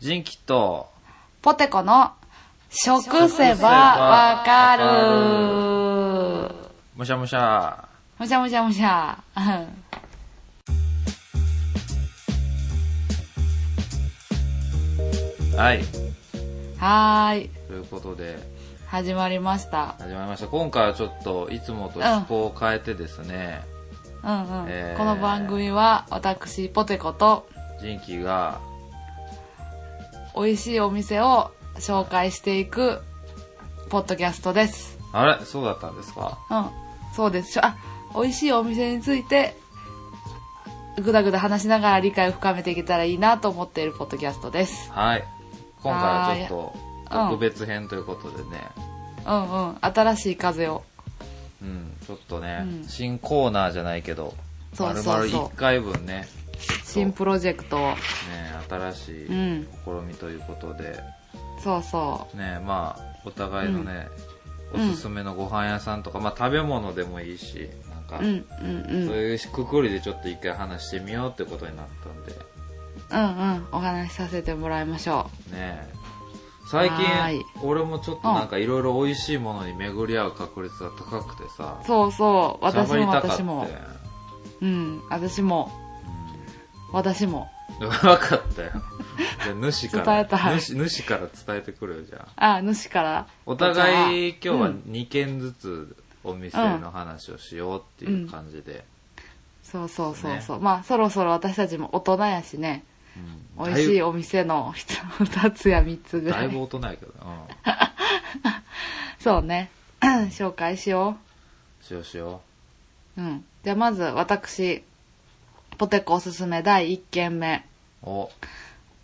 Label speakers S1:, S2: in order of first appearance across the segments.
S1: 人気と、
S2: ポテコの、食せばわかる。
S1: むしゃむしゃ。
S2: むしゃむしゃむしゃ。 うん
S1: はい。
S2: はーい。
S1: ということで、
S2: 始まりました。
S1: 始まりました。今回はちょっと、いつもと趣向を変えてですね、
S2: うんうん。
S1: えー
S2: この番組は、私、ポテコと、
S1: 人気が、
S2: 美味しいお店を紹介していく、ポッドキャストです。
S1: あれそうだったんですか
S2: うん。そうです。しょあ、美味しいお店について、ぐだぐだ話しながら理解を深めていけたらいいなと思っているポッドキャストです。
S1: はい。今回はちょっ
S2: はーいう
S1: と、
S2: ん
S1: 特別編ということでね、
S2: うんうん。新しい風を。
S1: うん、ちょっとね、
S2: うん
S1: 新コーナーじゃないけど、
S2: そう
S1: 丸
S2: そう
S1: 々
S2: そう
S1: 1回分ね、
S2: 新プロジェクトを。
S1: ね、新しい
S2: うん
S1: 試みということで、
S2: そうそ
S1: ね、まあ、お互いのね、おすすめのご飯屋さんとか、まあ、食べ物でもいいし、なんか、
S2: う。うんうんう。
S1: そうんいうくくりでちょっと一回話してみようってことになったんで、
S2: うんうん。お話しさせてもらいましょ
S1: ね。最
S2: はーい
S1: 近、俺もちょっとなんかいろいろ美味しいものに巡り合う確率が高くてさ
S2: う。、そうそう。私
S1: 喋り
S2: も
S1: たかっ
S2: 私
S1: て。
S2: も。うん。私も。私も。
S1: 分かったよ。じゃあ主から、
S2: 伝えたい
S1: 主主から伝えてくるよ、じゃあ。
S2: あ、主から。
S1: お互い
S2: じゃ
S1: 今日は
S2: あうん
S1: 2件ずつお店の話をしようっていう感じで、
S2: そうそうそうそう。まあ、そろそろ私たちも大人やしね。
S1: うん
S2: 美味しい
S1: だ
S2: お店の一二つや三つ
S1: ぶ
S2: ぐら
S1: だい
S2: い。
S1: ぶ大人やけど、うん、
S2: そうね。 紹介しよ
S1: しようしよ
S2: う。うん。じゃあまず私、ポテコおすすめ第1軒目。
S1: うお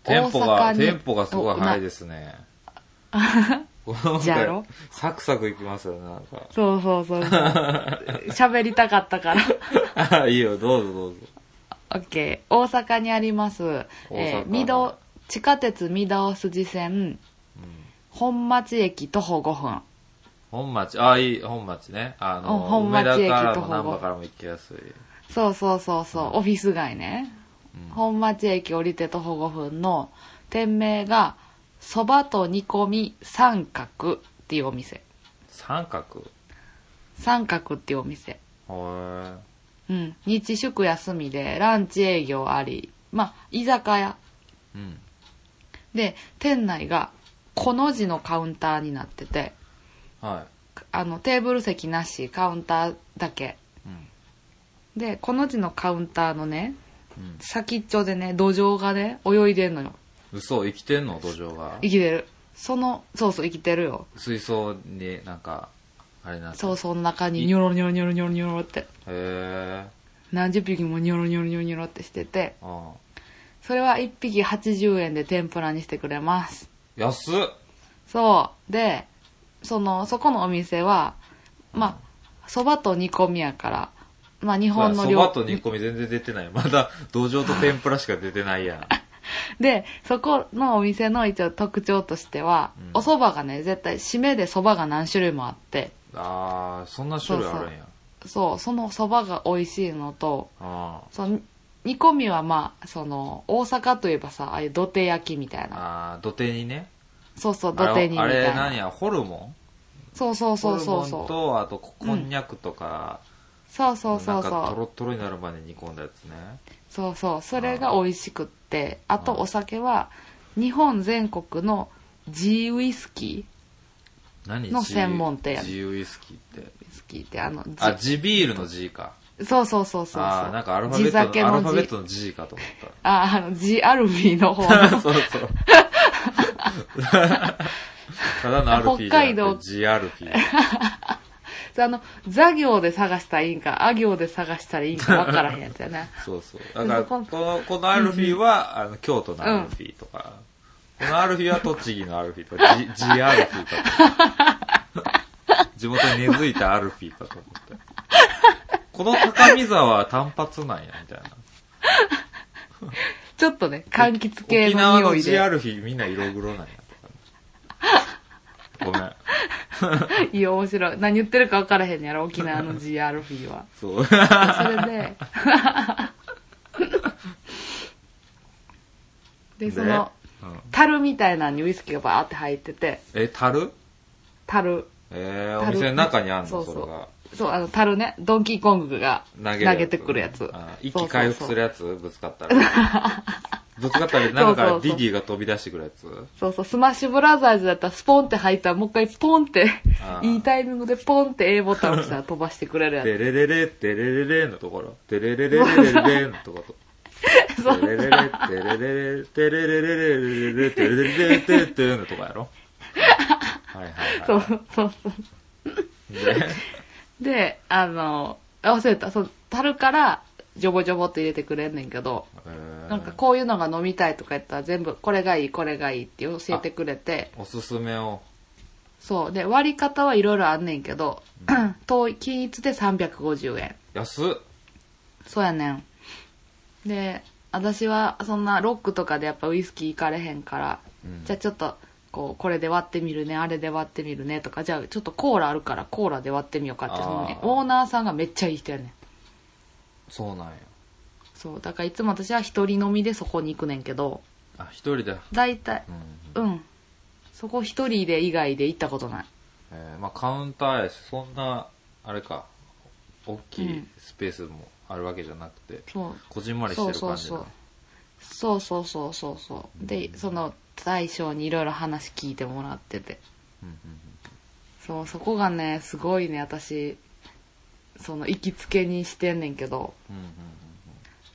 S1: 店舗が
S2: 大阪に
S1: 店舗がすごい早いですね今
S2: じゃろ
S1: 回サクサクいきますよねなんか
S2: そうそうそ うそう。喋りたかったから。
S1: あ いいよどうぞどうぞ
S2: オッケー。大阪にあります。
S1: 大
S2: えー
S1: 阪、
S2: 御堂地下鉄御堂筋線、本町駅徒歩5分。
S1: 本町あいい本町ねあの、
S2: うん本町
S1: 梅
S2: 駅
S1: 田から
S2: 徒
S1: も
S2: 歩
S1: 難波からも行きやすい
S2: そうそうそうそう、オフィス街ね。本町駅降りて徒歩5分の店名が、そばと煮込み三角っていうお店。
S1: 三角
S2: 三角っていうお店。
S1: へ
S2: うん。日祝休みでランチ営業あり、まあ、居酒屋。
S1: えうん
S2: で、店内が、この字のカウンターになってて、
S1: は
S2: あの、テーブル席なし、カウンターだけ。
S1: いうん
S2: で、この字のカウンターのね、
S1: うん
S2: 先っちょでね、土壌がね、泳いでんのよ。
S1: 嘘生きてんの土壌が
S2: 生きてるそのそうそう生きてるよ
S1: 水槽になんかあれなんです
S2: そう
S1: へ
S2: その中にニョロニョロニョロニョロニョロって
S1: え
S2: 何十匹もニョロニョロニョロニョロってしてて
S1: ああ
S2: それは1匹80円で天ぷらにしてくれます
S1: 安っ
S2: そうでそのそこのお店はまあそばと煮込みやからまあ日
S1: そ
S2: 本の
S1: ば
S2: 料
S1: と煮込み全然出てないまだ土壌と天ぷらしか出てない やん
S2: でそこのお店の一応特徴としては、
S1: うん
S2: お蕎麦がね絶対締めで蕎麦が何種類もあって
S1: ああそんな種類あるんや
S2: そうその蕎麦が美味しいのと
S1: あ
S2: その煮込みはまあその大阪といえばさああいう土手焼きみたい
S1: あ
S2: な
S1: ああ土手にね
S2: そうそう
S1: あ
S2: 土手
S1: れ
S2: 煮み
S1: あ
S2: た
S1: れ
S2: いな
S1: 何やホルモン
S2: そうそうそう
S1: ホル
S2: そう
S1: モン
S2: そう
S1: とあとここんにゃくとか、
S2: そうそうそ
S1: な
S2: うん
S1: かト
S2: そう
S1: ロトロになるまで煮込んだやつね
S2: そうそうそれが美味しくってあと
S1: うん
S2: お酒は日本全国のジーウイスキ
S1: 何
S2: の
S1: ジー
S2: 専門店や
S1: ジーウイスキーって
S2: ーウイスキーってあのジ
S1: あ地ビールの G か
S2: そうそうそうそう
S1: ああなんかアルファベッ
S2: 地
S1: ト
S2: 酒
S1: のアルフ
S2: の
S1: ァベッ
S2: ジ
S1: トの G かと思った
S2: ああのジアルフィーの方 の
S1: そう そう。ただのアルフィーじ
S2: 北海
S1: ゃな
S2: 道
S1: くてジアルフィー。
S2: あの座行で探したらいいんかあ行で探したらいいんか分からへんやつやな
S1: そうそう。だから、
S2: そこ
S1: この、このアルフィーは、あの、京都のアルフィーとか、このアルフィーは栃木のアルフィーとか、ジジアルフィーとか。地元に根付いたアルフィーかと思って。この高見沢は単発なんや、みたいな。
S2: ちょっとね柑橘系
S1: 沖縄
S2: の匂
S1: の
S2: い
S1: ジ
S2: で
S1: アルフィーみんな色黒なんや、とか。ごめん。
S2: いや、面白い。何言ってるか分からへんやろ、沖縄の GRP は。
S1: そう。
S2: それで、 で、その、
S1: うん
S2: 樽みたいなのにウイスキーがバーって入ってて、
S1: え、樽
S2: 樽。
S1: えー、お
S2: 樽
S1: 店の中にあんの
S2: そう
S1: そ
S2: そう
S1: れが。
S2: そう、あの、樽ね、ドンキーコングが
S1: 投
S2: 投
S1: げるやつ
S2: げてくるや
S1: あ
S2: つ。そうそうそ
S1: 息
S2: う
S1: 回復するやつぶつかったら。ぶつかったら中か
S2: そ
S1: ら
S2: うそう
S1: デ
S2: そう
S1: ィディが飛び出してくるやつ
S2: そうそう、スマッシュブラザーズだったらスポンって入ったら、もう一回ポンって
S1: あ、ー
S2: いいタイミングでポンって A ボタン押 したら飛ばしてくれるや
S1: デレレレ、デレレレのところ。デレレレレレレのところ。
S2: つ。そう
S1: テレレレ、テレレレ、テレレレレレレレ、テレレレレテテのとこやろはいはい
S2: そう
S1: は
S2: そうそう。
S1: い。で、
S2: で、あの、あ忘れた、そう、樽から、ジョボジョボって入れてくれんねんけど、なんかこういうのが飲みたいとか言ったら全部これがいいこれがいいって教えてくれて
S1: おすすめを。
S2: そうで割り方はいろいろあんねんけど、 統一均一で350円
S1: 安っ。
S2: そうやねんで私はそんなロックとかでやっぱウイスキーいかれへんから、
S1: うん
S2: じゃあちょっとこうこれで割ってみるねあれで割ってみるねとかじゃあちょっとコーラあるからコーラで割ってみようかってそのね
S1: あー
S2: オーナーさんがめっちゃいい人やねん
S1: そうなんや。
S2: そうだからいつも私は一人飲みでそこに行くねんけど
S1: あ、一人で。
S2: 大体
S1: うん。
S2: うん。そこ一人で以外で行ったことない。
S1: えーまあカウンターやし、そんな、あれか、大きいスペースもあるわけじゃなくて、
S2: そう。
S1: こじんまりしてる感じだ。
S2: そうそうそうそうそう。で、その大将にいろいろ話聞いてもらってて。
S1: うんうん
S2: そう、そこがね、すごいね、私、その行きつけにしてんねんけど、
S1: うんうんうん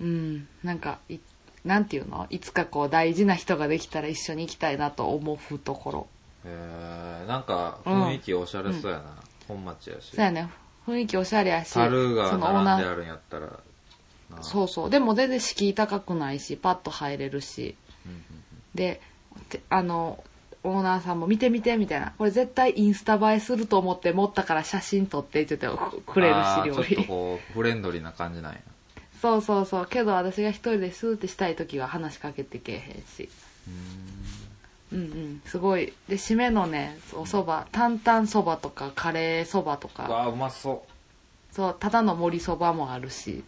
S2: うん、なんか、いなんていうのいつかこう大事な人ができたら一緒に行きたいなと思うところ。
S1: えーなんか雰囲気おしゃれそうやな。本町やし
S2: そう。やね、雰囲気おしゃれやし、
S1: 樽が
S2: そのオーナ
S1: 並んで
S2: ー
S1: あるんやったら、な
S2: そうそう。でも全然敷居高くないし、パッと入れるし。
S1: うんうん
S2: でてあのオーナーさんも見て見てみたいなこれ絶対インスタ映えすると思って持ったから写真撮ってって言ってくれる
S1: あ
S2: し
S1: ー
S2: 料
S1: ちょっと
S2: 理
S1: こう、フレンドリーな感じなんや。
S2: そうそうそうけど私が一人でスーってしたい時は話しかけてけえへんしうんうんすごいで締めのねおそば担々そばとかカレーそばと
S1: う
S2: か
S1: わあうまそう。
S2: そうただの盛りそばもあるし
S1: めっ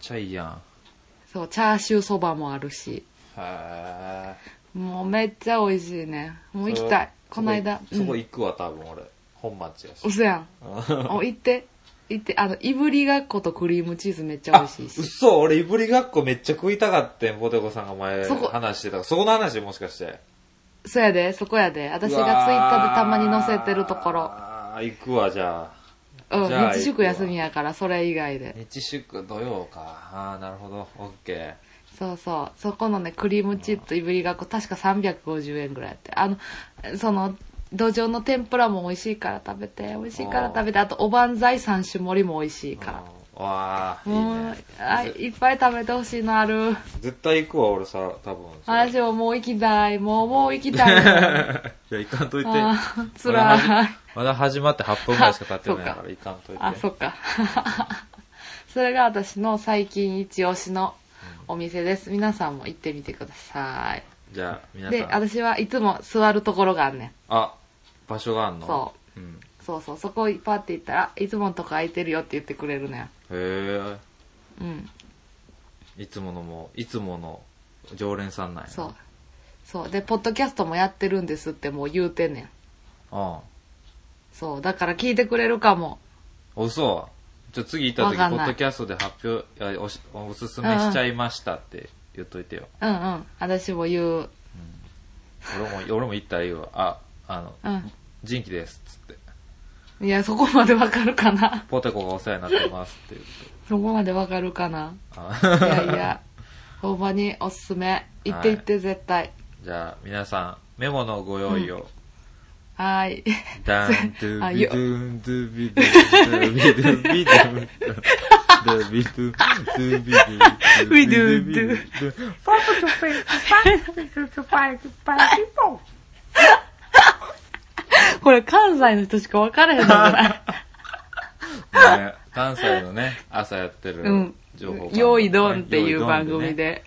S1: ちゃいいやん。
S2: そうチャーシューそばもあるし
S1: へ
S2: もうめっちゃ美味しいねも
S1: え。
S2: う行きたいこの間
S1: そこ
S2: うん
S1: 行くわ、多分俺。本町やし。
S2: 嘘やんお、行って。行って、あの、いぶりがっことクリームチーズめっちゃ美味しいし。
S1: 嘘俺、いぶりがっこめっちゃ食いたかってん、ポテコさんが前
S2: そこ
S1: 話してたから。そこの話もしかして。
S2: そやで、そこやで。私がツイッターでたまに載せてるところ。
S1: ああ、行くわ、じゃあ。
S2: うん、
S1: じゃあ
S2: 日宿休みやから、それ以外で。
S1: 日祝土曜か。ああ、なるほど。オッケー。
S2: そうそう。そこのね、クリームチーズといぶりがっこ、確か350円ぐらいやって。あの、その、土壌の天ぷらも美味しいから食べて、美味しいから食べて、あとおばんざい三種盛りも美味しいから。
S1: うんわあ、いい
S2: もう
S1: ね。
S2: あ、いっぱい食べてほしいのある。
S1: 絶対行くわ、俺さ、多分。
S2: 私ももう行きたい。もう、もう行き たい。
S1: いや、行かんといて。
S2: あー辛い。
S1: まだ始まって8分ぐらいしか経ってないか
S2: あそう
S1: ら、行かんといて。
S2: あ、そっか。 それが私の最近一押しのお店です。皆さんも行ってみてください。
S1: じゃあ、皆
S2: で、
S1: さん。
S2: 私はいつも座るところがあんねん。
S1: あ、場所があんの。
S2: そう
S1: うん。
S2: そうそう、そこパって行ったら、いつものとこ空いてるよって言ってくれるね
S1: へ
S2: ん。うん、
S1: え。いつものも、いつもの常連さんなんや。
S2: そう。。そう。で、ポッドキャストもやってるんですってもう言うてんねん。
S1: う
S2: そう。だから聞いてくれるかも。
S1: ん。嘘ちょ、次行った時、
S2: わかん
S1: ポ
S2: ない
S1: ッドキャストで発表、あおしおすすめしちゃいましたって言っといてよ。
S2: うんうん。私も言う。
S1: 俺も、俺も行ったらいいわ。あ、あの、
S2: う
S1: 人気です、つって。
S2: ん。いや、そこまでわかるかな。
S1: ポテコがお世話になってますって言う
S2: そこまでわかるかな。
S1: と。あ
S2: いやい や、ほんまにおすすめ。行って行って絶対。
S1: じゃあ、皆さん、メモのご用意を。
S2: は ーい。
S1: ダンドゥ
S2: あ
S1: ビ
S2: よ
S1: ドゥンドゥビドゥンドゥビドゥンビドゥンドゥビドゥンドゥビドゥンドゥビドゥンドゥビドゥンドゥビドゥン
S3: Foco de peito, pai, de pai, de pai, de pão.
S2: これ関西の人しか分からへんのかな。
S1: ね関西のね、朝やって
S2: う
S1: る
S2: ん
S1: 情報。
S2: 用意ドンっていう番
S1: 用意ドン
S2: 組
S1: ね。
S2: で。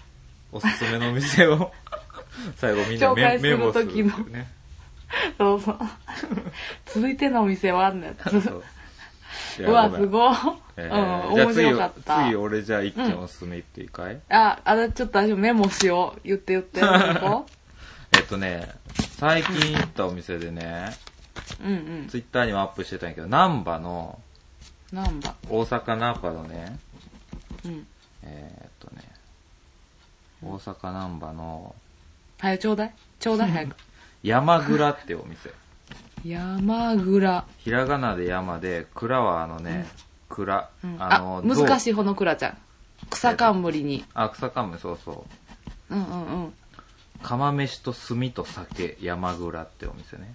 S1: おすすめのお店を最後みんな
S2: 紹介
S1: メ
S2: す
S1: メ
S2: る
S1: モするってい
S2: 時の
S1: うね。
S2: そ うそう。続いてのお店はあんのやつ。
S1: そういうや
S2: わ、
S1: ご
S2: す
S1: めん
S2: ごい。
S1: え
S2: うん、
S1: ー
S2: 面
S1: じ
S2: 白
S1: ゃ
S2: か
S1: あ
S2: っ
S1: 次、
S2: た
S1: 次。俺じゃあ一軒おすすめ言っていいかい
S2: あ、あれちょっと私もメモしよう。言って言って。ここ
S1: っとね、最近行ったお店でね、
S2: うんうん。
S1: ツイッターにもアップしてたんやけど、難波の、
S2: ナンバ
S1: 大阪ナンパのね、
S2: うん。
S1: えーっとね、大阪難波の
S2: 早よちょうだい。ち ょうだい早く。
S1: 山蔵ってお店。
S2: 山蔵。
S1: ひらがなで山で、蔵はあのね、蔵、
S2: うん
S1: あ
S2: あ
S1: の、、
S2: 難し
S1: い。
S2: いほのくらちゃん。草冠に。
S1: あ、草かむ、そうそう。
S2: うんうんうん。
S1: 釜飯と炭と酒、山蔵ってお店ね。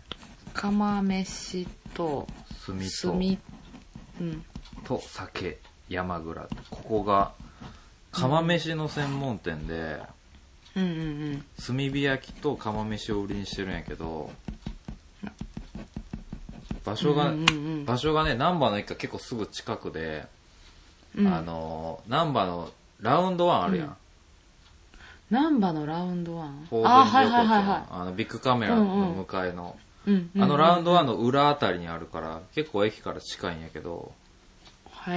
S2: 釜飯と、
S1: 炭と
S2: 炭。うん。
S1: と酒山蔵ここが釜飯の専門店で
S2: うんうん
S1: 炭火焼きと釜飯を売りにしてるんやけど場所が、
S2: うんうんうん
S1: 場所がね難波の駅が結構すぐ近くで、
S2: うん。う
S1: あ
S2: ん。
S1: の難波のラウンドワンあるやん、
S2: ナンバのラウンドワン
S1: 報道
S2: あ、
S1: 陣
S2: はい
S1: 横
S2: はい
S1: 丁
S2: はいは
S1: あのビッグカメラの向かいの、
S2: い。うんうんうん。
S1: あのラウンドワンの裏あたりにあるから結構駅から近いんやけど
S2: へ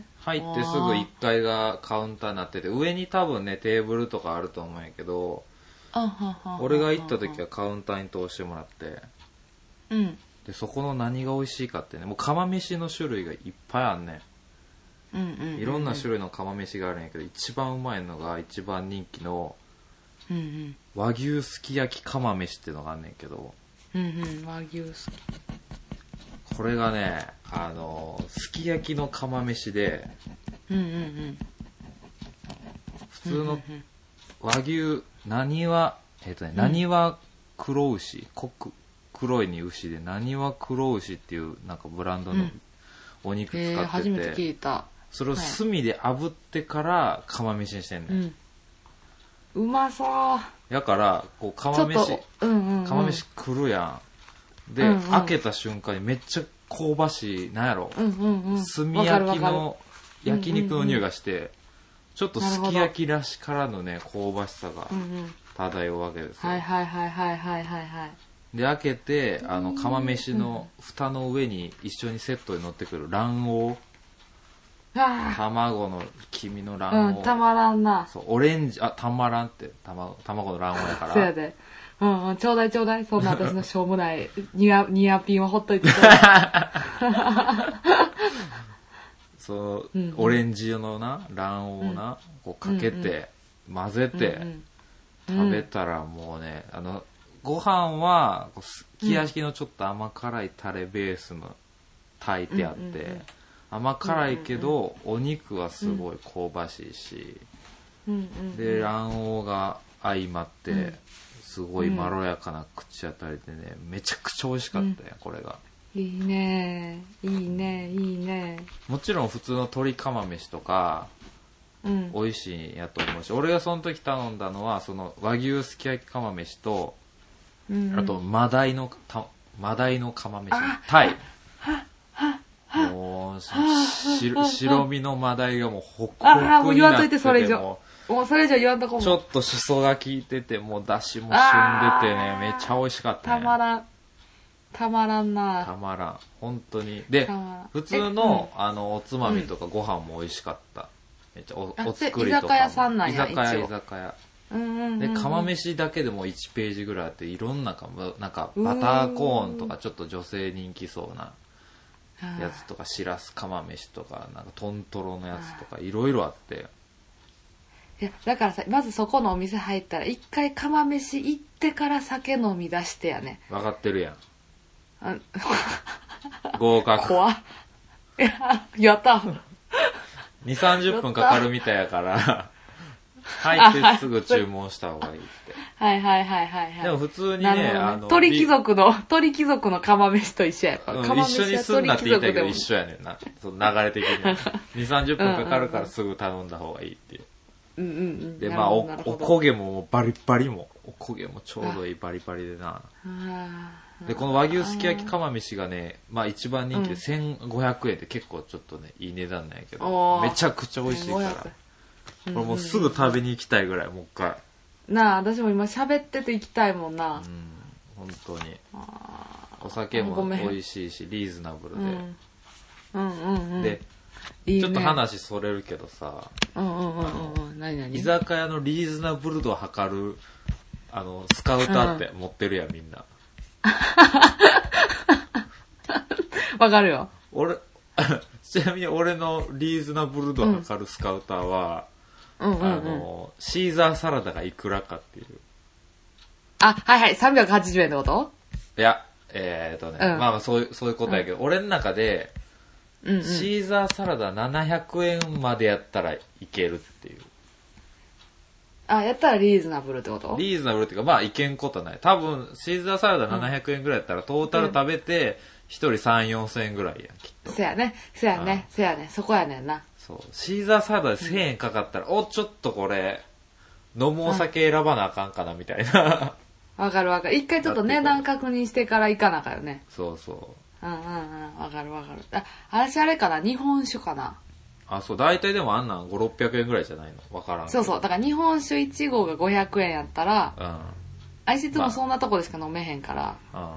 S2: え。
S1: 入ってすぐ1階がカウンターになってて上に多分ねテーブルとかあると思うんやけど
S2: あははは
S1: 俺が行った時は。カウンターに通してもらって
S2: うん。
S1: でそこの何が美味しいかってねもう釜飯の種類がいっぱいあんね
S2: うんうんうん
S1: いろんな種類の釜飯があるんやけど一番うまいのが一番人気の
S2: うんうん
S1: 和牛すき焼き釜飯っていうのがあんねんけど
S2: うんうん和牛好き
S1: これがねあのすき焼きの釜飯で
S2: うんうんうん
S1: 普通の
S2: うんうん
S1: 和牛何はえっ、とね何は黒牛こく黒いに牛で何は黒牛っていうなんかブランドのお肉使ってて、
S2: へえ初めて聞いた
S1: それを炭で炙ってから釜飯にしてんね、
S2: うんんうまそう
S1: だからこう
S2: ち
S1: 釜
S2: ょっ
S1: 飯
S2: とうんうんうん
S1: 釜飯来るやんで、
S2: うんうん
S1: 開けた瞬間にめっちゃ香ばしいなんやろ、
S2: うんうんうん
S1: 炭
S2: わかる
S1: 焼
S2: わ
S1: き
S2: かる
S1: の焼肉の匂いがして、ちょっと
S2: なる
S1: す
S2: ほど
S1: き焼きらしからぬね香ばしさが
S2: うんうん
S1: 漂うわけですよ、
S2: はいはいはいはいはいはいはい
S1: で開けてあの釜飯の蓋の上に一緒にセットで乗ってくる卵黄
S2: あ
S1: 卵の黄身の
S2: あう
S1: 卵黄、
S2: んたまらんな
S1: そうオレンジあたまらんって卵卵の卵黄やか
S2: そや
S1: ら
S2: でうんうんちょうだいちょうだいそんな私のしょうもないニアニアピンはほっといてちょうだい
S1: そううん
S2: うん
S1: オレンジ色のな卵黄をな、こうかけて、混ぜ て、
S2: うん
S1: 食べたらもうねあのご飯はこうすき焼きのちょっと甘辛いタレベースの炊いてあって、
S2: うんうんうん
S1: 甘辛いけど、お肉はすごい香ばしいし、
S2: うんうん
S1: で卵黄が相まって、
S2: うん
S1: すごいまろやかな口当たりでねめちゃくちゃ美味しかったよ、これが。
S2: いいねいいねいいね
S1: もちろん普通の鶏釜飯とか
S2: うん
S1: 美味しいんやと思うし俺がその時頼んだのはその和牛すき焼き釜飯と
S2: うんうん
S1: あとマダイのたマダイの釜飯
S2: あ
S1: タイもうそのし白身のマダイがもうホクホクに
S2: ああもう言わ
S1: なん
S2: と
S1: っ
S2: い
S1: て
S2: て
S1: て
S2: それ以上
S1: も
S2: もうそれ以上言わんとこ
S1: う
S2: も
S1: ちょっとしそが効いててもうだしも染んでてね
S2: あー
S1: めっちゃ美味しかった
S2: た
S1: ね
S2: まらんたまらん
S1: た
S2: な
S1: まらん本当にで
S2: たまらん
S1: 普通の,、あのおつまみとかご飯も美味しかった、めっちゃお
S2: あ
S1: お作り
S2: それ
S1: と
S2: 居
S1: かも
S2: 酒屋さんなんや
S1: 居酒
S2: 一
S1: 屋
S2: 応
S1: 居酒屋
S2: うんうんうん
S1: で
S2: うん
S1: 釜飯だけでも1ページぐらいあっていろんなかもなんか
S2: うーん
S1: バターコーンとかちょっと女性人気そうなやつとかしらす釜飯とかなんか豚トロのやつとかいろいろあって
S2: いやだからさまずそこのお店入ったら一回釜飯行ってから酒飲み出してやね
S1: 分かってるやん
S2: あ
S1: 合格
S2: 怖っいややった
S1: 2 3 0分かかるみたいやから入ってすぐ注文した方がいいって
S2: はいはいはいはいはい
S1: でも普通にね
S2: なるほ
S1: あ
S2: どね
S1: の
S2: 鳥貴族の鳥貴族の釜飯と一緒やか
S1: う
S2: ら
S1: ん
S2: 釜
S1: 一緒
S2: 飯
S1: に
S2: は
S1: すんな
S2: 鳥
S1: って言いた
S2: 貴族
S1: いけ
S2: で
S1: ど
S2: も
S1: 一緒やねんなその流れ的に2 3 0分かかるからすぐ頼んだ方がいいっていう
S2: うんうんうん
S1: で
S2: なる
S1: まあ
S2: ほ
S1: お
S2: どなる
S1: お
S2: ほど
S1: こげももうバリバリもおこげもちょうどいいバリバリでな
S2: あー
S1: でこの和牛すき焼き釜飯がねまあ一番人気で
S2: うん
S1: 1500円って結構ちょっとねいい値段なんやけど
S2: おー
S1: めちゃくちゃ美味しいからこ
S2: う
S1: れ
S2: んうん
S1: もうすぐ食べに行きたいぐらいもう一回
S2: なあ私も今喋ってて行きたいもんな
S1: う、ん本当にお酒も
S2: ごめん
S1: 美味しいしリーズナブル
S2: うんうん、うんうん
S1: で
S2: いい
S1: でち
S2: ね
S1: ょっと話それるけどさ
S2: うんうんうんうんうん何何
S1: 居酒屋のリーズナブル度を測るあの、スカウターって持ってるやん、みんな。
S2: わかるよ。
S1: 俺、 ちなみに俺のリーズナブル度を測るスカウターは、
S2: うんうんうん。
S1: あ
S2: あ
S1: の、シーザーサラダがいくらかっていう。
S2: はいはい、380円ってこと
S1: いや、えー、とね、
S2: うん
S1: まあまあそういう、そういうことやけど、俺の中で、
S2: うん、うん。
S1: シーザーサラダ700円までやったらいけるっていう。
S2: あ、やったらリーズナブルってこと
S1: リーズナブルっていうか、まあいけんことはない。多分、シーザーサラダ700円ぐらいやったら、トータル食べて、1人3、4000円ぐらいやん、きっと。
S2: せやね、せやね、せやね、そこやねんな。
S1: そう。シーザーサラダで1000円かかったら、お、ちょっとこれ、飲むお酒選ばなあかんかな、みたいな。
S2: わかるわかる。一回ちょっと値段確認してから行かなあかんよね。
S1: そうそう。
S2: うんうんうん、わかるわかる。あ、私あれかな、日本酒かな。
S1: あ、そう、大体でもあんなん5、600円ぐらいじゃないのわからん。
S2: そうそう、だから日本酒1号が500円やったら、
S1: うん。うん。
S2: あいついつもそんなとこでしか飲めへんから、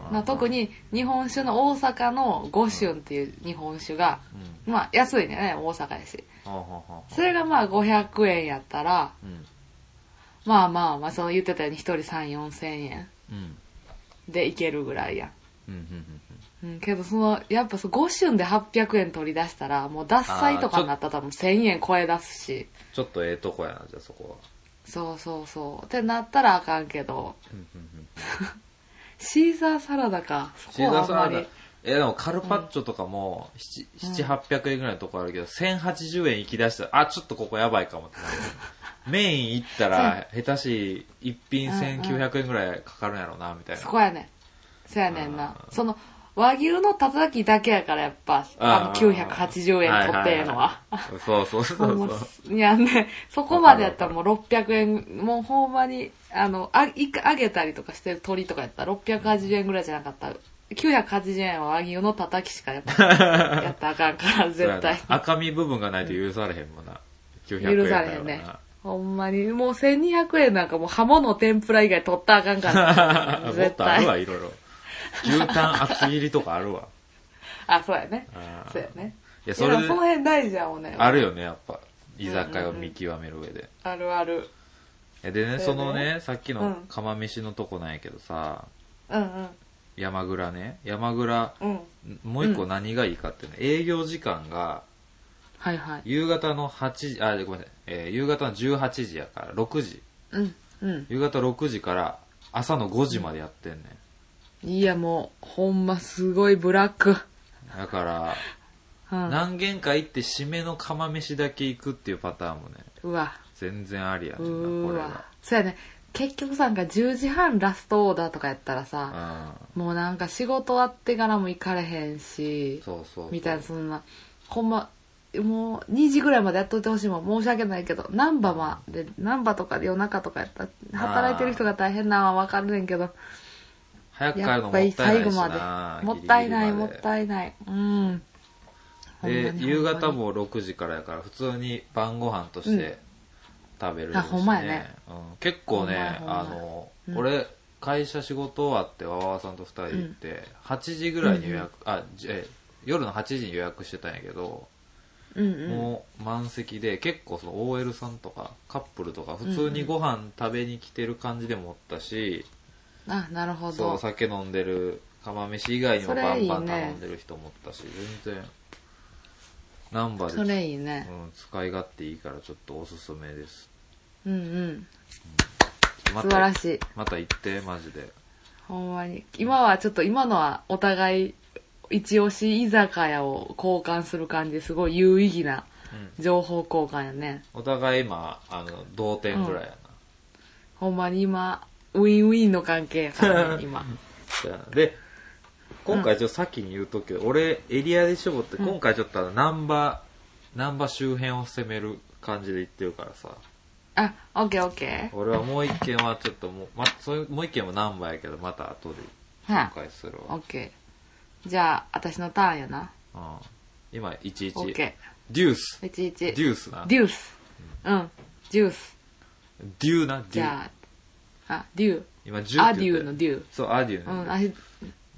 S1: う。
S2: なん特に日本酒の大阪の五春っていう日本酒が、まあ安いね、大阪やし。
S1: うん。はんはんはん
S2: それがまあ500円やったら、
S1: うん。
S2: まあまあまあ、その言ってたように1人3、4千円
S1: うん。
S2: でいけるぐらいやん。
S1: うん。うん。
S2: うん、けどその、やっぱそ5春で800円取り出したら、もう脱菜とかになったら多分1000円超え出すし、
S1: ちょっとええとこやな、じゃあそこは。
S2: そうそうそう。ってなったらあかんけど、
S1: うんうんうん
S2: シーザーサラダか。そ
S1: シ
S2: こ
S1: ーザ
S2: はあ
S1: ー
S2: ん
S1: サ
S2: ま
S1: ラダ
S2: り。、
S1: え、でもカルパッチョとかも、7、7 800円ぐらいのとこあるけど、1080円行き出したら、あ、ちょっとここやばいかもってなる。メイン行ったら、下手し、一品1900円ぐらいかかるんやろうな、みたいな。
S2: そこやねん。そやねんな。その、和牛のたたきだけやからやっぱ、あの980円取ってええのは。
S1: いいいそうそうそ
S2: ほん
S1: う
S2: ま
S1: そう。
S2: いやね、そこまでやったらもう600円、もうほんまに、あの、あ、いか、あげたりとかしてる鳥とかやったら680円ぐらいじゃなかったら、980円は和牛のたたきしかや っぱ、やったらあかんから、絶対
S1: そうや。な赤身部分がないと許されへんもんな。900円だ
S2: 許さ
S1: から
S2: れへんね
S1: な。。
S2: ほんまに、もう1200円なんかもう刃物天ぷら以外取ったらあかんから。
S1: もっ
S2: 絶
S1: とあるわ、
S2: 対。
S1: いろいろ。牛タン厚切りとかある わ。
S2: あ、そうやね。
S1: あー
S2: そうや
S1: い
S2: ね。
S1: や、
S2: いや
S1: そ
S2: で
S1: れ
S2: も
S1: で
S2: その辺大事やもんね。
S1: あるよね、やっぱ。居酒屋を見極める上で。
S2: あるある。
S1: えでね、
S2: そ
S1: そう
S2: ね
S1: のね、さっき
S2: うん
S1: の釜飯のとこなんやけどさ、
S2: うんうん。
S1: 山蔵ね、山蔵、
S2: うん。
S1: もう一個何がいいかってね、営業時間が
S2: はいはい。
S1: 夕方の8時、あ、ごめんなさい、えー夕方の18時やから、6時。
S2: うん。うん。
S1: 夕方6時から朝の5時までやってんね
S2: いやもう、ほんますごいブラック。
S1: ん。だから、
S2: うん。
S1: 何軒か行って締めの釜飯だけ行くっていうパターンもね、
S2: うわ。
S1: 全然ありや
S2: う
S1: ねんな、こ
S2: ー
S1: れ
S2: わ。そうやね。結局さ、なんか10時半ラストオーダーとかやったらさ、
S1: は。
S2: もうなんか仕事終わってからも行かれへんし
S1: うん。、そうそうそう
S2: みたいな、そんな、ほんま、もう2時ぐらいまでやっといてほしいもん。申し訳ないけど、ナンバまで、ナンバとかで夜中とかやったら、働いてる人が大変なんはわかるねんけど、
S1: 早く帰
S2: や
S1: る
S2: っ
S1: の
S2: ぱ
S1: も
S2: り
S1: ったい
S2: 最
S1: ない
S2: 後
S1: し
S2: まで
S1: な。
S2: もったいない、
S1: ギリギリ
S2: も
S1: まで
S2: ったいない。うん。
S1: で、
S2: ほんまに
S1: 夕方。も6時からやから、普通に晩ご飯として食べれるし、ね
S2: あほんまやね
S1: うん結構ね、
S2: ほんまや
S1: あ
S2: ほんまや
S1: の、
S2: うん
S1: 俺、会社仕事終わって、わわわさんと2人行って、8時ぐらいに予約、あ、じえ夜の8時に予約してたんやけど、
S2: ほんまにうんうん。
S1: もう満席で、結構その OL さんとかカップルとか、普通にご飯食べに来てる感じでもおったし、
S2: あ、なるほ
S1: そう、お
S2: ど。
S1: 酒飲んでる、釜飯以外にも
S2: それ
S1: バンバ
S2: い
S1: ン
S2: いね
S1: 頼んでる人もおったし、全然、ナンバーで
S2: それいいね。
S1: うん、使い勝手いいからちょっとおすすめです。
S2: うんうん。
S1: ま
S2: 素晴ら
S1: た、
S2: しい。
S1: また行って、マジで。
S2: ほんまに。今はちょっと、今のはお互い、一押し居酒屋を交換する感じですごい有意義な
S1: うん
S2: 情報交換やね。
S1: お互い今、あの、同点ぐらいやな。
S2: ほんまに今、ウィンウィンの関係やからね、今。
S1: そうやなで、今回ちょっと先に言うとくけど、俺、エリアで絞って、今回ちょっとあの、ナンバー、ナンバー周辺を攻める感じで行ってるからさ。
S2: あ、オッケーオッケ
S1: 俺はもう一軒はちょっともう、ま、そういう、もう一軒もナンバーやけど、また後で
S2: ー。は
S1: 紹
S2: い。
S1: 介する
S2: オ
S1: わ
S2: ッ。ケー。じゃあ、私のターンやな。
S1: うん、今、
S2: オッ
S1: 11。
S2: ケ
S1: デュース。
S2: ー。い
S1: デ
S2: ち
S1: ュースな。
S2: デュース。うん。デュース。
S1: デューな、デ
S2: じ
S1: ュー。
S2: ゃあ、あ、デュ
S1: 今、10って
S2: ー。
S1: 言った
S2: アデューのデュー。
S1: そう、アデュー
S2: う
S1: ね
S2: ん、あ、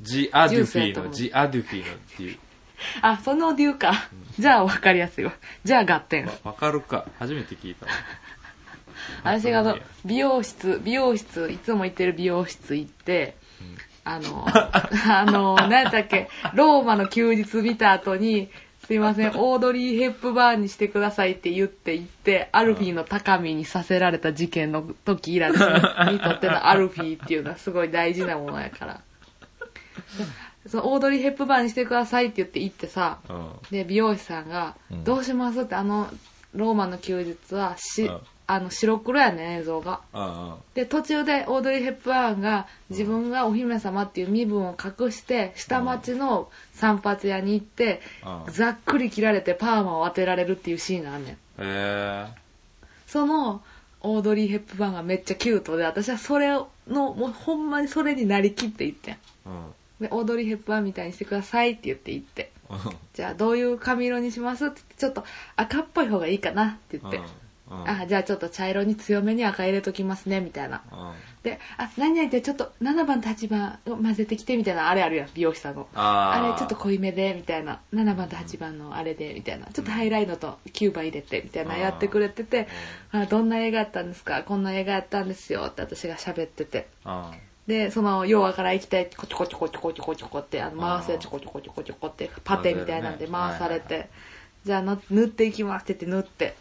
S1: ジ・アデュフィー
S2: ジュースやと思
S1: の、
S2: う
S1: ジ・アデュフィーのっていう。
S2: あ、そのデューか。じゃあ、わかりやすいわ。じゃあ、合点。
S1: わわかるか。初めて聞いたわ。
S2: 私があの美容室美容室いつも行ってる美容室行ってあの あの何やったっけローマの休日見た後に「すいませんオードリー・ヘップバーンにしてください」って言って行ってアルフィーの高見にさせられた事件の時以来にとってのアルフィーっていうのはすごい大事なものやから。そのオードリー・ヘップバーンにしてくださいって言って行ってさ、
S1: うん。
S2: で美容師さんが「
S1: うん
S2: どうします?」ってあのローマの休日はし、
S1: うん
S2: あの白黒やねん映像が
S1: うんうん。
S2: で途中でオードリー・ヘップバーンが自分がお姫様っていう身分を隠して下町の散髪屋に行って、
S1: うん
S2: ざっくり切られてパーマを当てられるっていうシーンがあんねん
S1: え
S2: そのオードリー・ヘップバーンがめっちゃキュートで私はそれのもうほんまにそれになりきって行ってん
S1: ー。うん。
S2: でオードリー・ヘップバーンみたいにしてくださいって言って行ってじゃあどういう髪色にしますって言ってちょっと赤っぽい方がいいかなって言って、
S1: うん。うん
S2: あじゃあちょっと茶色に強めに赤入れときますねみたいな
S1: うん。
S2: であ何々ってちょっと7番と8番を混ぜてきてみたいなあれあるやん美容師さんのあ
S1: あー
S2: れちょっと濃いめでみたいな7番と8番のあれでみたいなちょっとハイライトと9番入れてみたいなやってくれててあどんな映画やったんですかこんな映画やったんですよって私が喋ってて
S1: うん。
S2: でその要はから液体コチコチコチコチコチコってあの回すやつ
S1: あー
S2: コチコチコチコってパテみたいなんで
S1: 混
S2: 回
S1: ぜ
S2: さ
S1: るね
S2: れて、じゃあの塗っていきますって言って塗って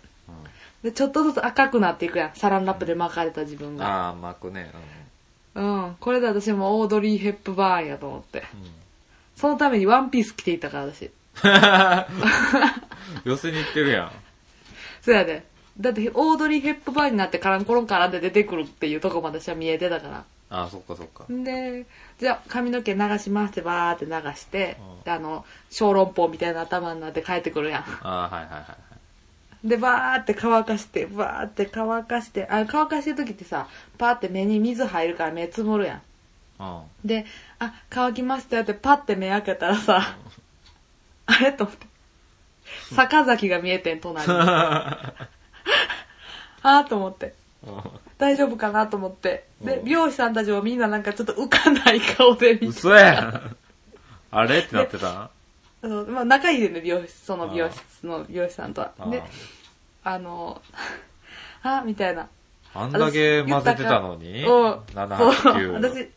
S2: でちょっとずつ赤くなっていくやんサランラップで巻かれた自
S1: う
S2: 分
S1: ん。
S2: が
S1: ああ、巻くね。
S2: うんこれで私もオードリー・ヘップバーンやと思って
S1: うん。 うん
S2: そのためにワンピース着ていたから私
S1: 寄せに行ってるやん。
S2: そやでだってオードリー・ヘップバーンになってカランコロンカランで出てくるっていうとこまで私は見えてたから
S1: ああ、そっかそっか。
S2: でじゃあ髪の毛流しますってバーって流して
S1: うん
S2: であの小籠包みたいな頭になって帰ってくるやん
S1: ああ、はいはいはいはい。
S2: でバーって乾かしてバーって乾かしてあ乾かしてる時ってさパーって目に水入るから目つむるやん
S1: うん。
S2: で「あ乾きましたよ」ってパッて目開けたらさあれと思って坂崎が見えてん隣 にああと思って大丈夫かなと思ってで
S1: うん
S2: 美容師さんたちもみんななんかちょっと浮かない顔で見て
S1: 嘘やん。あれってなってた
S2: あの、まあ、仲いいでね美容室その美容室の美容師さんとはであの あみたいな
S1: あんだけ混ぜてたのに、
S2: うん
S1: 7、
S2: そう
S1: 8、9。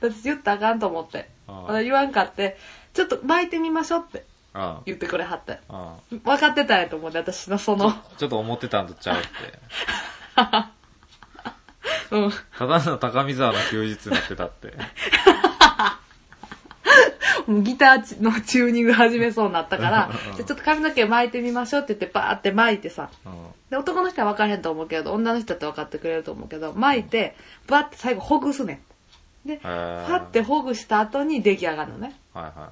S2: 私、私言ったらあかんと思って。
S1: ああ
S2: 私言わんかって、ちょっと巻いてみましょうって
S1: うん
S2: 言ってくれはって。
S1: うん
S2: 分かってたんやと思うね、私のその、
S1: ちょっと思ってたんとちゃうって。
S2: うん。
S1: ただの高見沢の休日になってたって。
S2: もうギターのチューニング始めそうになったから、じゃあちょっと髪の毛巻いてみましょうって言って、バーって巻いてさ。
S1: うん。
S2: で、男の人は分からへんと思うけど、女の人だって分かってくれると思うけど、巻いて、バーって最後ほぐすねん。で、
S1: へー
S2: パってほぐした後に出来上がるのね。
S1: はいはいはい。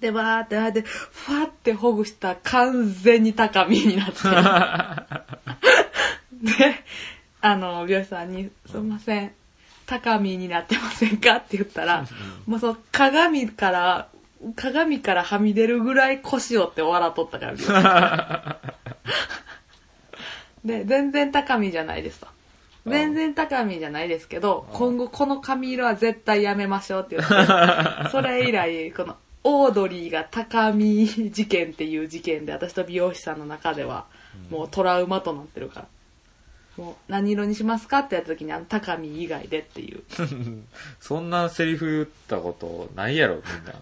S2: で、バーってあって、ふわってほぐしたら完全に高みになって。 で、あの、美容師さんに、すいません、高みになってませんかって言ったら、もうその鏡から、鏡からはみ出るぐらい腰折って笑っとったから、美容師さ んで、全然高みじゃないですと。全然高みじゃないですけど、今後この髪色は絶対やめましょうって言って、それ以来、この、オードリーが高見事件っていう事件で、私と美容師さんの中では、もうトラウマとなってるから。もう、何色にしますかってやった時に、あの、高見以外でっていう。
S1: そんなセリフ言ったことないやろ、みん な。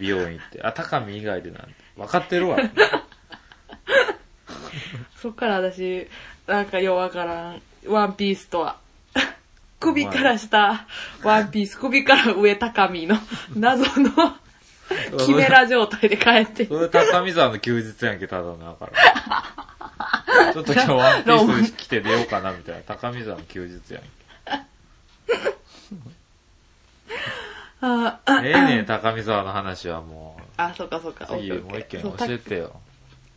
S1: 美容院って。あ、高見以外でなんて。分かってる わ。
S2: そっから私、なんかようわからん、ワンピースとは。 首から下、ワンピース、首から上高見の、謎の、キメラ状態で帰って
S1: それ高見沢の休日やんけ、ただのだ から。ちょっと今日ワンピース着て出ようかな、みたいな。高見沢の休日やんけ。
S2: あー
S1: ええねん高見沢の話はも
S2: あ、そっかそっか。
S1: う。次、
S2: オッケーオッ
S1: もう一件
S2: ケー
S1: 教
S2: そう
S1: えてよ。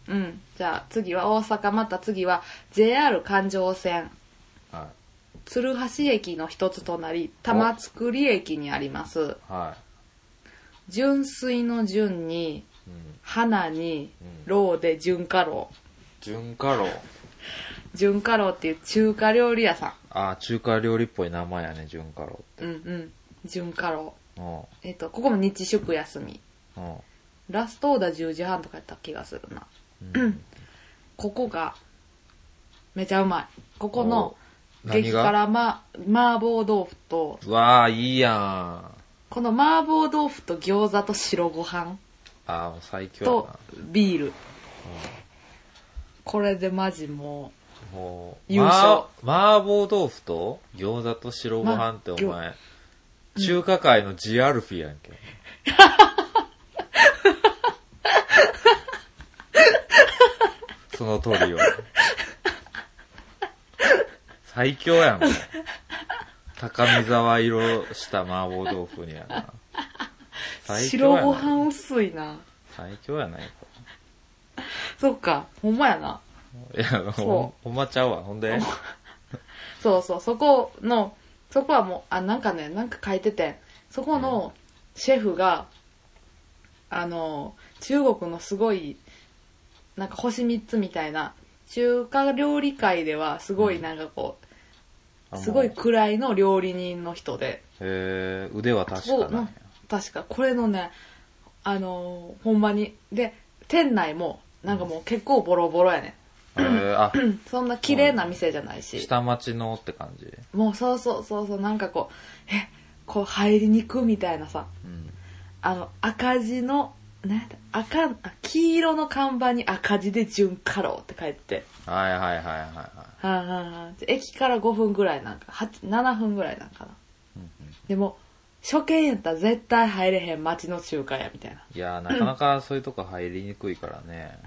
S2: うん。じゃあ次は大阪、また次は JR 環状線、
S1: は
S2: 鶴橋駅の一つとなり、玉造駅にあります。
S1: い。は
S2: 純粋の純に、
S1: い。うん。
S2: 花に
S1: うん、
S2: ローで純華楼。
S1: 純華楼。
S2: 純華楼っていう中華料理屋さ
S1: あ、中華料理っぽい名前やね、純華楼
S2: ん。うんうん。純華楼。
S1: う
S2: えっ、と、ここも日祝休み。
S1: ん。うん。
S2: ラストオーダー10時半とかやった気がするな。
S1: うん。
S2: ここが、めちゃうまい。ここの
S1: お
S2: 激
S1: 何が
S2: 辛ま、麻婆豆腐と、
S1: うわあ、いいやん。あ
S2: この麻婆豆腐と餃子と白ご飯
S1: あ、もう最強
S2: とビール。これでマジも
S1: やな。もう、
S2: 優勝
S1: ま麻婆豆腐と餃子と白ご飯ってお前、
S2: ま
S1: 中華界のジアルフィやん け。その通りよ。最強やん、もう高見沢色した麻婆豆腐にやな。
S2: う、
S1: 最強
S2: 白
S1: や
S2: ご
S1: な。
S2: 飯薄いな。
S1: 最強やないか。
S2: そっか、ほんまやな。
S1: いや、ほんほんまちゃうわ。ほんで、
S2: そうそう、そこの、そこはもう、あ、なんかね、なんか書いてて、そこのシェフが、あの、中国のすごい、なんか星3つみたいな、中華料理界ではすごいなんかこう、すごい
S1: へ
S2: 位の料理人の人で、
S1: えー、腕は確かなんや。
S2: 確か、これのね、あの、ほんまに、で、店内も、なんかもう結構ボロボロやね。
S1: えー、あ、
S2: そんな綺麗な店じゃないし。
S1: 下町のって感じ。
S2: もうそうそうそうそうなんかこうえこう入りにくみたいなさ
S1: うん。
S2: あの赤字のね赤あ黄色の看板に赤字で純カロって書いてて
S1: はいはいはいはいは。
S2: はんはんはん駅から5分ぐらいなんか8 7分ぐらいなんかない
S1: うんうん
S2: でも初見やったら絶対入れへん街の中華やみたいない
S1: やー、なかなかそういうとこ入りにくいからね。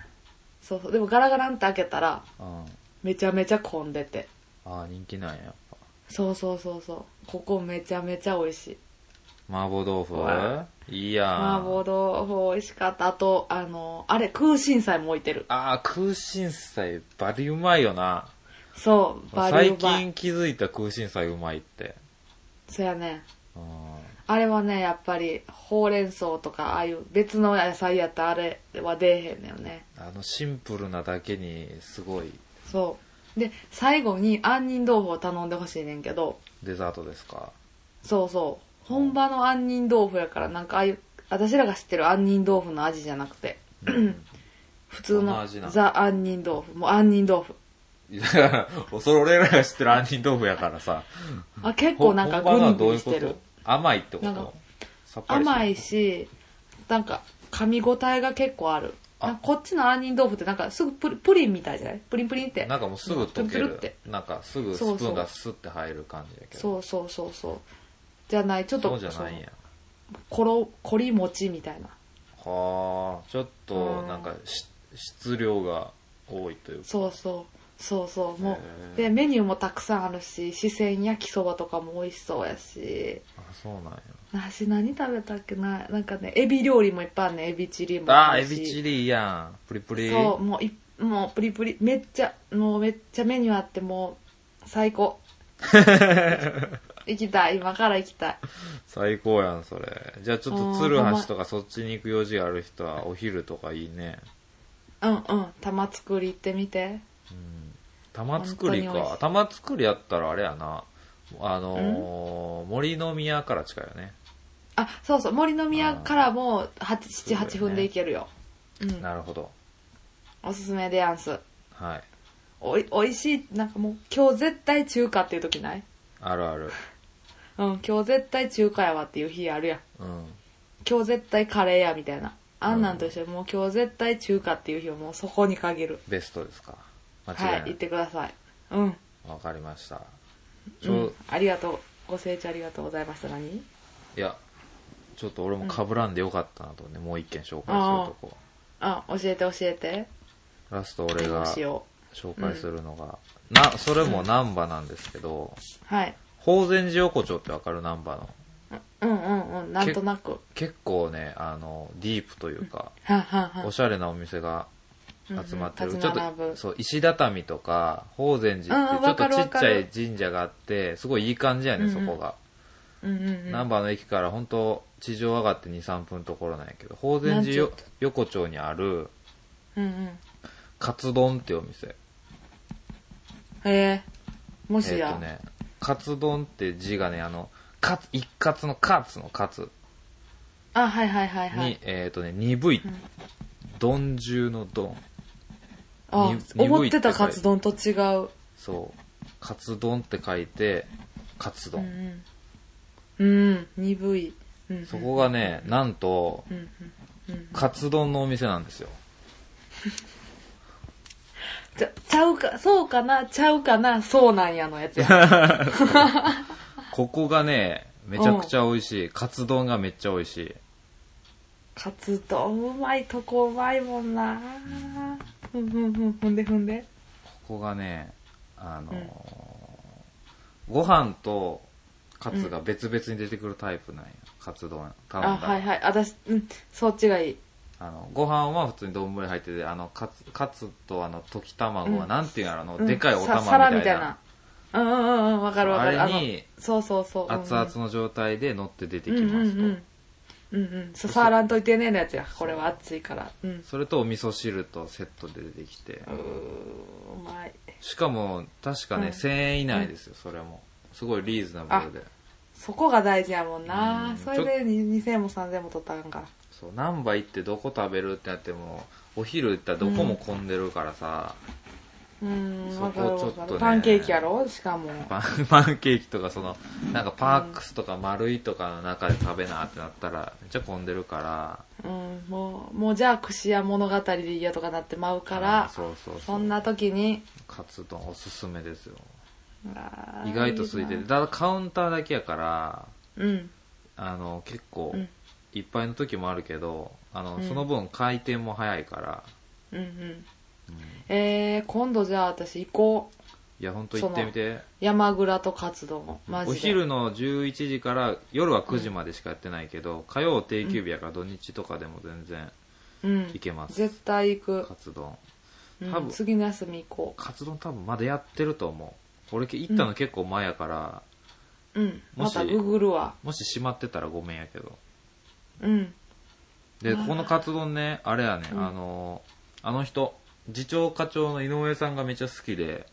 S2: そうそうでもガラガランって開けたら
S1: うん。
S2: めちゃめちゃ混んでて
S1: ああ、人気なんや、やっぱ。
S2: そうそうそうそうここめちゃめちゃ美味しい
S1: 麻婆豆腐
S2: うわ
S1: いいやん。
S2: 麻婆豆腐美味しかったあとあのあれ空心菜も置いてる
S1: ああ、空心菜、バリうまいよな。
S2: そう、バリ
S1: 最
S2: ューバイ。
S1: 近気づいた空心菜うまいって。
S2: そうやね。
S1: うん。
S2: あれはね、やっぱり、ほうれん草とか、ああいう別の野菜やったらあれは出えへんのよね。
S1: あの、シンプルなだけに、すごい。
S2: そう。で、最後に杏仁豆腐を頼んでほしいねんけど、
S1: デザートですか。
S2: そうそう。本場の杏仁豆腐やから、なんかああいう、私らが知ってる杏仁豆腐の味じゃなくて、
S1: うん
S2: 普通
S1: どんな
S2: の
S1: 味なの
S2: ザ杏仁豆腐。もう杏仁豆腐。
S1: いや、それ俺らが知ってる杏仁豆腐やからさ。
S2: あ結構なんか
S1: ほ本
S2: グ
S1: 場のは
S2: ニ
S1: ど
S2: グ
S1: うい
S2: ニ
S1: う
S2: し
S1: こ
S2: てる
S1: と。甘いってこ
S2: なんか
S1: とさっぱりしてる
S2: 甘いし、なんか噛み応えが結構ある。
S1: あ
S2: なんかこっちの杏仁豆腐ってなんかすぐプリプリンみたいじゃないプリンプリンって。
S1: なんかもうすぐ溶け
S2: プルプル
S1: る
S2: って。
S1: なんかすぐスプ
S2: そうそう
S1: ーンがスッて入る感じやけど。
S2: そうそうそうそう。じゃない、ちょっと、
S1: そうじゃないんや。
S2: そのころ、こり餅みたいな。
S1: はあ、ちょっと
S2: うん
S1: なんかし質量が多いというか。
S2: そうそう。そうそう。
S1: へ
S2: も
S1: ー
S2: う。で、メニューもたくさんあるし、四川焼きそばとかも美味しそうやし。
S1: あ、そうなんや。
S2: 私何食べたっけななんかね、エビ料理もいっぱいあるね。エビチリも
S1: あ
S2: あ
S1: ー、
S2: る
S1: エ
S2: し。
S1: ビチリいいやん。プリプリ。
S2: そう、もうい、もうプリプリ。めっちゃ、もうめっちゃメニューあって、もう、最高。 行きたい、今から行きたい。
S1: 最高やん、それ。じゃあちょっと鶴橋とかそっちに行く用事がある人はお昼とかいいね。
S2: うんうん、玉作り行ってみて。
S1: 玉造りか
S2: 本当に美味し。い
S1: 玉造りやったらあれやな。あのー、森の宮から近いよね。
S2: あ、そうそう、森の宮からも、7、8分で行けるよ。うん、
S1: なるほど。
S2: おすすめでやんす。
S1: はい。
S2: おい、おいしい、なんかもう、今日絶対中華っていう時ない
S1: あるある。
S2: うん、今日絶対中華やわっていう日あるやん。
S1: うん。
S2: 今日絶対カレーや、みたいな。あんなんと一緒に、もう今日絶対中華っていう日をもうそこに限る。
S1: ベストですか。間違い
S2: は
S1: ないい。、
S2: 行ってください。うん。
S1: わかりました。ち
S2: う
S1: ょ、
S2: ん、ありがとう。ご清聴ありがとうございました。何
S1: いや、ちょっと俺も被らんでよかったなとね、もう一件紹介するとこ。
S2: あ、教えて教えて。
S1: ラスト俺
S2: どう
S1: が
S2: しよ
S1: 紹介するのが、な、それも難波なんですけど、
S2: う。はい。
S1: 法善寺横丁ってわかる難波の。
S2: うんうんうん。なんとなく。
S1: 結構ね、あの、ディープというか、
S2: はんはんはん
S1: おしゃれなお店が集まってる。
S2: うんうん
S1: ちょっ
S2: 立ち並
S1: と、
S2: ぶ
S1: そう、石畳とか、法善寺って
S2: うん
S1: ちょ
S2: わ
S1: っと
S2: かる
S1: ち
S2: わ
S1: っ
S2: か
S1: ちゃ
S2: る
S1: い神社があって、すごいいい感じやね、
S2: うん
S1: そ
S2: うん
S1: こが。
S2: うんうんうん。
S1: 難波の駅から本当地上上がって2、3分ところなんやけど、法善寺よ
S2: なんちょっ
S1: 横丁にある、
S2: うんうん。
S1: カツ丼っていうお店。
S2: へえ。も
S1: えっ、
S2: しや。
S1: とね、カツ丼って字がね、あの、カツ、一括のカツのカツ
S2: あ、はいはいはい
S1: に、
S2: はい。
S1: えっ、とね、鈍い、丼中の丼。
S2: あ
S1: に、
S2: 思ってたカツ丼と違う。
S1: そう。カツ丼って書いて、カツ
S2: う
S1: 丼。
S2: んうん、うん、鈍い、うん、
S1: そこがね、なんと、
S2: うんうんうん
S1: カツ丼のお店なんですよ。
S2: ちゃちゃうかそうかなちゃうかなそうなんやのやつや
S1: ここがね、めちゃくちゃ美味しい。カツ丼がめっちゃ美味しい。
S2: カツ丼うまいとこうまいもんなふんふんふんふんでふんで
S1: ここがね、あのーご飯とカツが別々に出てくるタイプなんや。カツ丼頼ん
S2: あ
S1: だら。
S2: はいはい私うんそっちがいい
S1: あのご飯は普通に丼入っててあのカツカツとあの溶き卵は
S2: うん
S1: なんていうんやろあの、
S2: うん
S1: でかいお玉
S2: さ皿
S1: み
S2: み
S1: た
S2: た
S1: い
S2: い
S1: な
S2: なうんうんうんうんわかるわかる
S1: あれに
S2: のそうそうそううんうん
S1: 熱々の状態で乗って出て
S2: う
S1: き
S2: ん
S1: ますと、
S2: うんうんうんうんそう触らんといてねえのやつやこれは熱いからうん
S1: それとお味噌汁とセットで出てきて
S2: うーうまい
S1: しかも確かね、
S2: うん
S1: 1000円以内ですよそれもすごいリーズナブルで
S2: そこが大事やもん
S1: うん
S2: なそれでに2000も3000も取ったらあかんから
S1: そう何杯行ってどこ食べるってなってもお昼行ったらどこも混んでるからさ、
S2: うん
S1: そ
S2: わ
S1: こ
S2: かるわ
S1: ちょ
S2: か
S1: っと
S2: る
S1: ね
S2: パンケーキやろしかも
S1: パン パンケーキとかそのなんかパークスとか丸いとかの中で食べなってなったらめっちゃ混んでるから
S2: うんもうもうじゃあ串屋物語でいいやとかなってまうから、
S1: うんそうそうそう
S2: そんな時に
S1: カツ丼おすすめですよ
S2: あー
S1: 意外と空いて
S2: い
S1: る
S2: な
S1: だからカウンターだけやから
S2: うん
S1: あの結構
S2: うん
S1: いっぱいの時もあるけどあの、
S2: うん
S1: その分回転も早いから、
S2: うんうん
S1: うん、
S2: えー、今度じゃあ私行こう
S1: いやほんと行ってみて
S2: 山蔵とカツ丼マジで
S1: お昼の11時から夜は9時までしかやってないけど、火曜定休日やから土日とかでも全然
S2: うん
S1: 行けます、
S2: 絶対行く
S1: カ、ツ丼
S2: うん
S1: 多分
S2: 次の休み行こ
S1: カツ丼多分まだやってると思う俺行ったの結構前やから、
S2: ううん
S1: も
S2: ま
S1: した
S2: ググるわ
S1: もし閉まってたらごめんやけど
S2: うん
S1: で
S2: あー
S1: ここのカツ丼ねあれやね、
S2: うん
S1: あのあの人次長課長の井上さんがめっちゃ好きで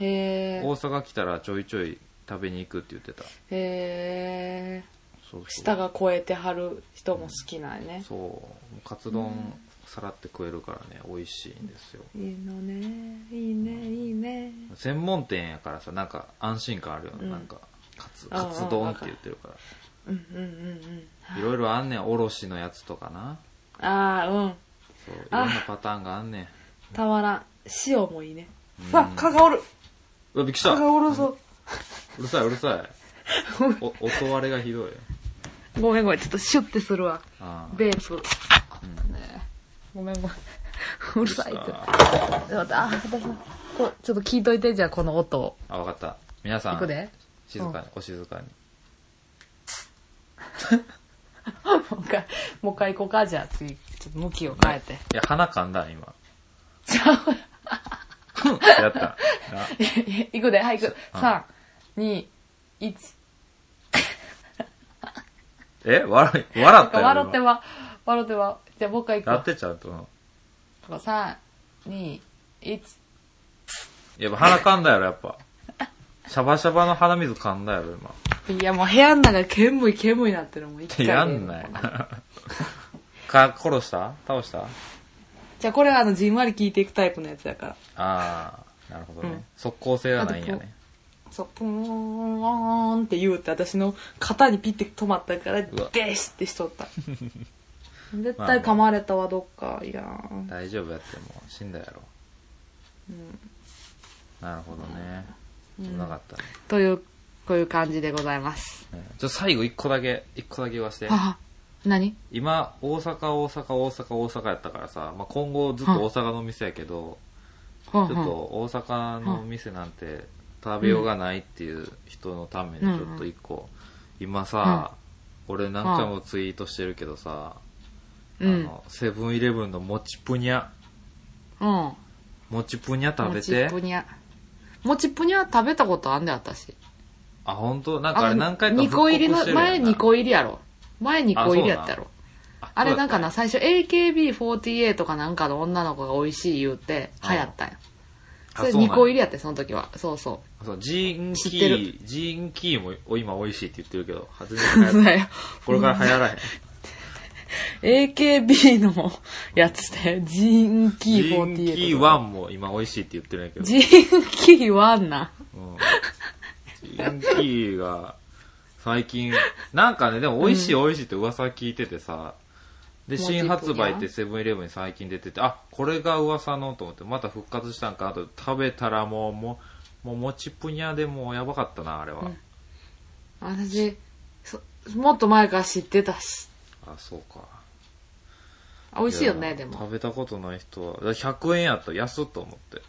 S2: へ
S1: 大阪来たらちょいちょい食べに行くって言ってた
S2: えへえ
S1: そうそう
S2: 舌が超えてはる人も好きなんやね
S1: そうカツ丼さらって食えるからね美味しいんですよ
S2: いいのねいいねいいね
S1: 専門店やからさなんか安心感あるよね、
S2: うん
S1: なんかカツ
S2: あ
S1: カ
S2: ー
S1: ツ丼って言ってるから
S2: うんうんうん
S1: いろいろあんねんおろしのやつとかな
S2: うんああうん
S1: そうい
S2: あ
S1: ろんなパターンがあんねん
S2: たまらん塩もいいね
S1: うん
S2: さ蚊がおる
S1: うわびっくりした
S2: 蚊がお
S1: う
S2: るぞ
S1: るさいうる さいお音割れがひどい
S2: ごめんごめんちょっとシュッてするわ
S1: あー
S2: ベースね
S1: うん
S2: えごめんごめん うるさいって
S1: あ
S2: またあ私のこちょっと聞いといてじゃあこの音を
S1: あ分かった皆さ
S2: いく
S1: ん
S2: で
S1: 静かにお静かに
S2: もう一回もう一回行こうかじゃあ次ちょっと向きを変えて
S1: いや鼻噛んだ今
S2: じゃあ
S1: ふんって やったな
S2: いくではい 行く321
S1: え笑い笑ったよ
S2: 笑って
S1: 今
S2: は笑ってはじゃあもう一回
S1: や
S2: 行
S1: っ
S2: こ
S1: てちゃんと
S2: う321
S1: やっぱ鼻噛んだやろやっぱシャバシャバの鼻水噛んだやろ今
S2: いやもう部屋の中煙煙になってるもん一回で
S1: やんない か殺した倒した
S2: じゃあこれはあのじんわり聞いていくタイプのやつやから
S1: ああなるほどね、
S2: うん
S1: 即効性はないんや
S2: あと
S1: ね
S2: そうプーンワーンって言うって私の肩にピッて止まったから
S1: わ
S2: デシってしとった 絶対噛まれたわどっかいやー
S1: 大丈夫やっても死んだやろなるほどね危なかったね、
S2: というこういう感じでございます
S1: うんちょ最後一個だけ一個だけ言わせて
S2: はは何
S1: 今大阪大阪大阪大阪やったからさ、まあ、今後ずっと大阪の店やけど、
S2: ほん
S1: ちょ
S2: ほ
S1: っと
S2: ん
S1: 大阪の店なんて食べようがないっていう人のためにちょっと一個、今さ、俺何回もツイートしてるけどさ、
S2: うん
S1: あのセブンイレブンのもちぷにゃ
S2: うん
S1: もちぷにゃ食べ
S2: もち
S1: て
S2: ぷにゃもちぷにゃ食べたことあんね私
S1: あ本当なんかあれ何回か
S2: 2個入りの
S1: 復刻してるや
S2: 前
S1: ん
S2: 2
S1: な
S2: 個入りやろ前2個入りやったやろ
S1: あ
S2: あれなんかな、
S1: そう
S2: 最初 AKB48 とかなんかの女の子が美味しい言うて流行ったんや。
S1: あ
S2: それ
S1: そうなん
S2: 2
S1: や
S2: 個入りやって、その時は。そうそ
S1: だそうジーンキ
S2: 知って
S1: ー
S2: る
S1: ジ ーンキーも今美味しいって言ってるけど初め
S2: う。
S1: て
S2: そうだよ
S1: これから流行らへん
S2: AKB のやつで、ジーンキー
S1: ジンキ
S2: 48。
S1: ー1も今美味しいって言ってるんやけど。
S2: ジーンキー1な。
S1: うんジンキーが、最近、なんかね、でも美味しい美味しいって噂聞いててさ、で、
S2: もうジップ
S1: 新発売っ
S2: に
S1: てセブンイレブンに最近出てて、あ、これが噂のと思って、また復活したんかなと、食べたらもう、もう、もう、もちぷにゃでもうやばかったな、あれは。
S2: うん私、そもっと前から知ってたし。
S1: あ、そうか。
S2: あ美味しいよね、
S1: や
S2: でも。
S1: 食べたことない人は、だから100円やったら安っと思って。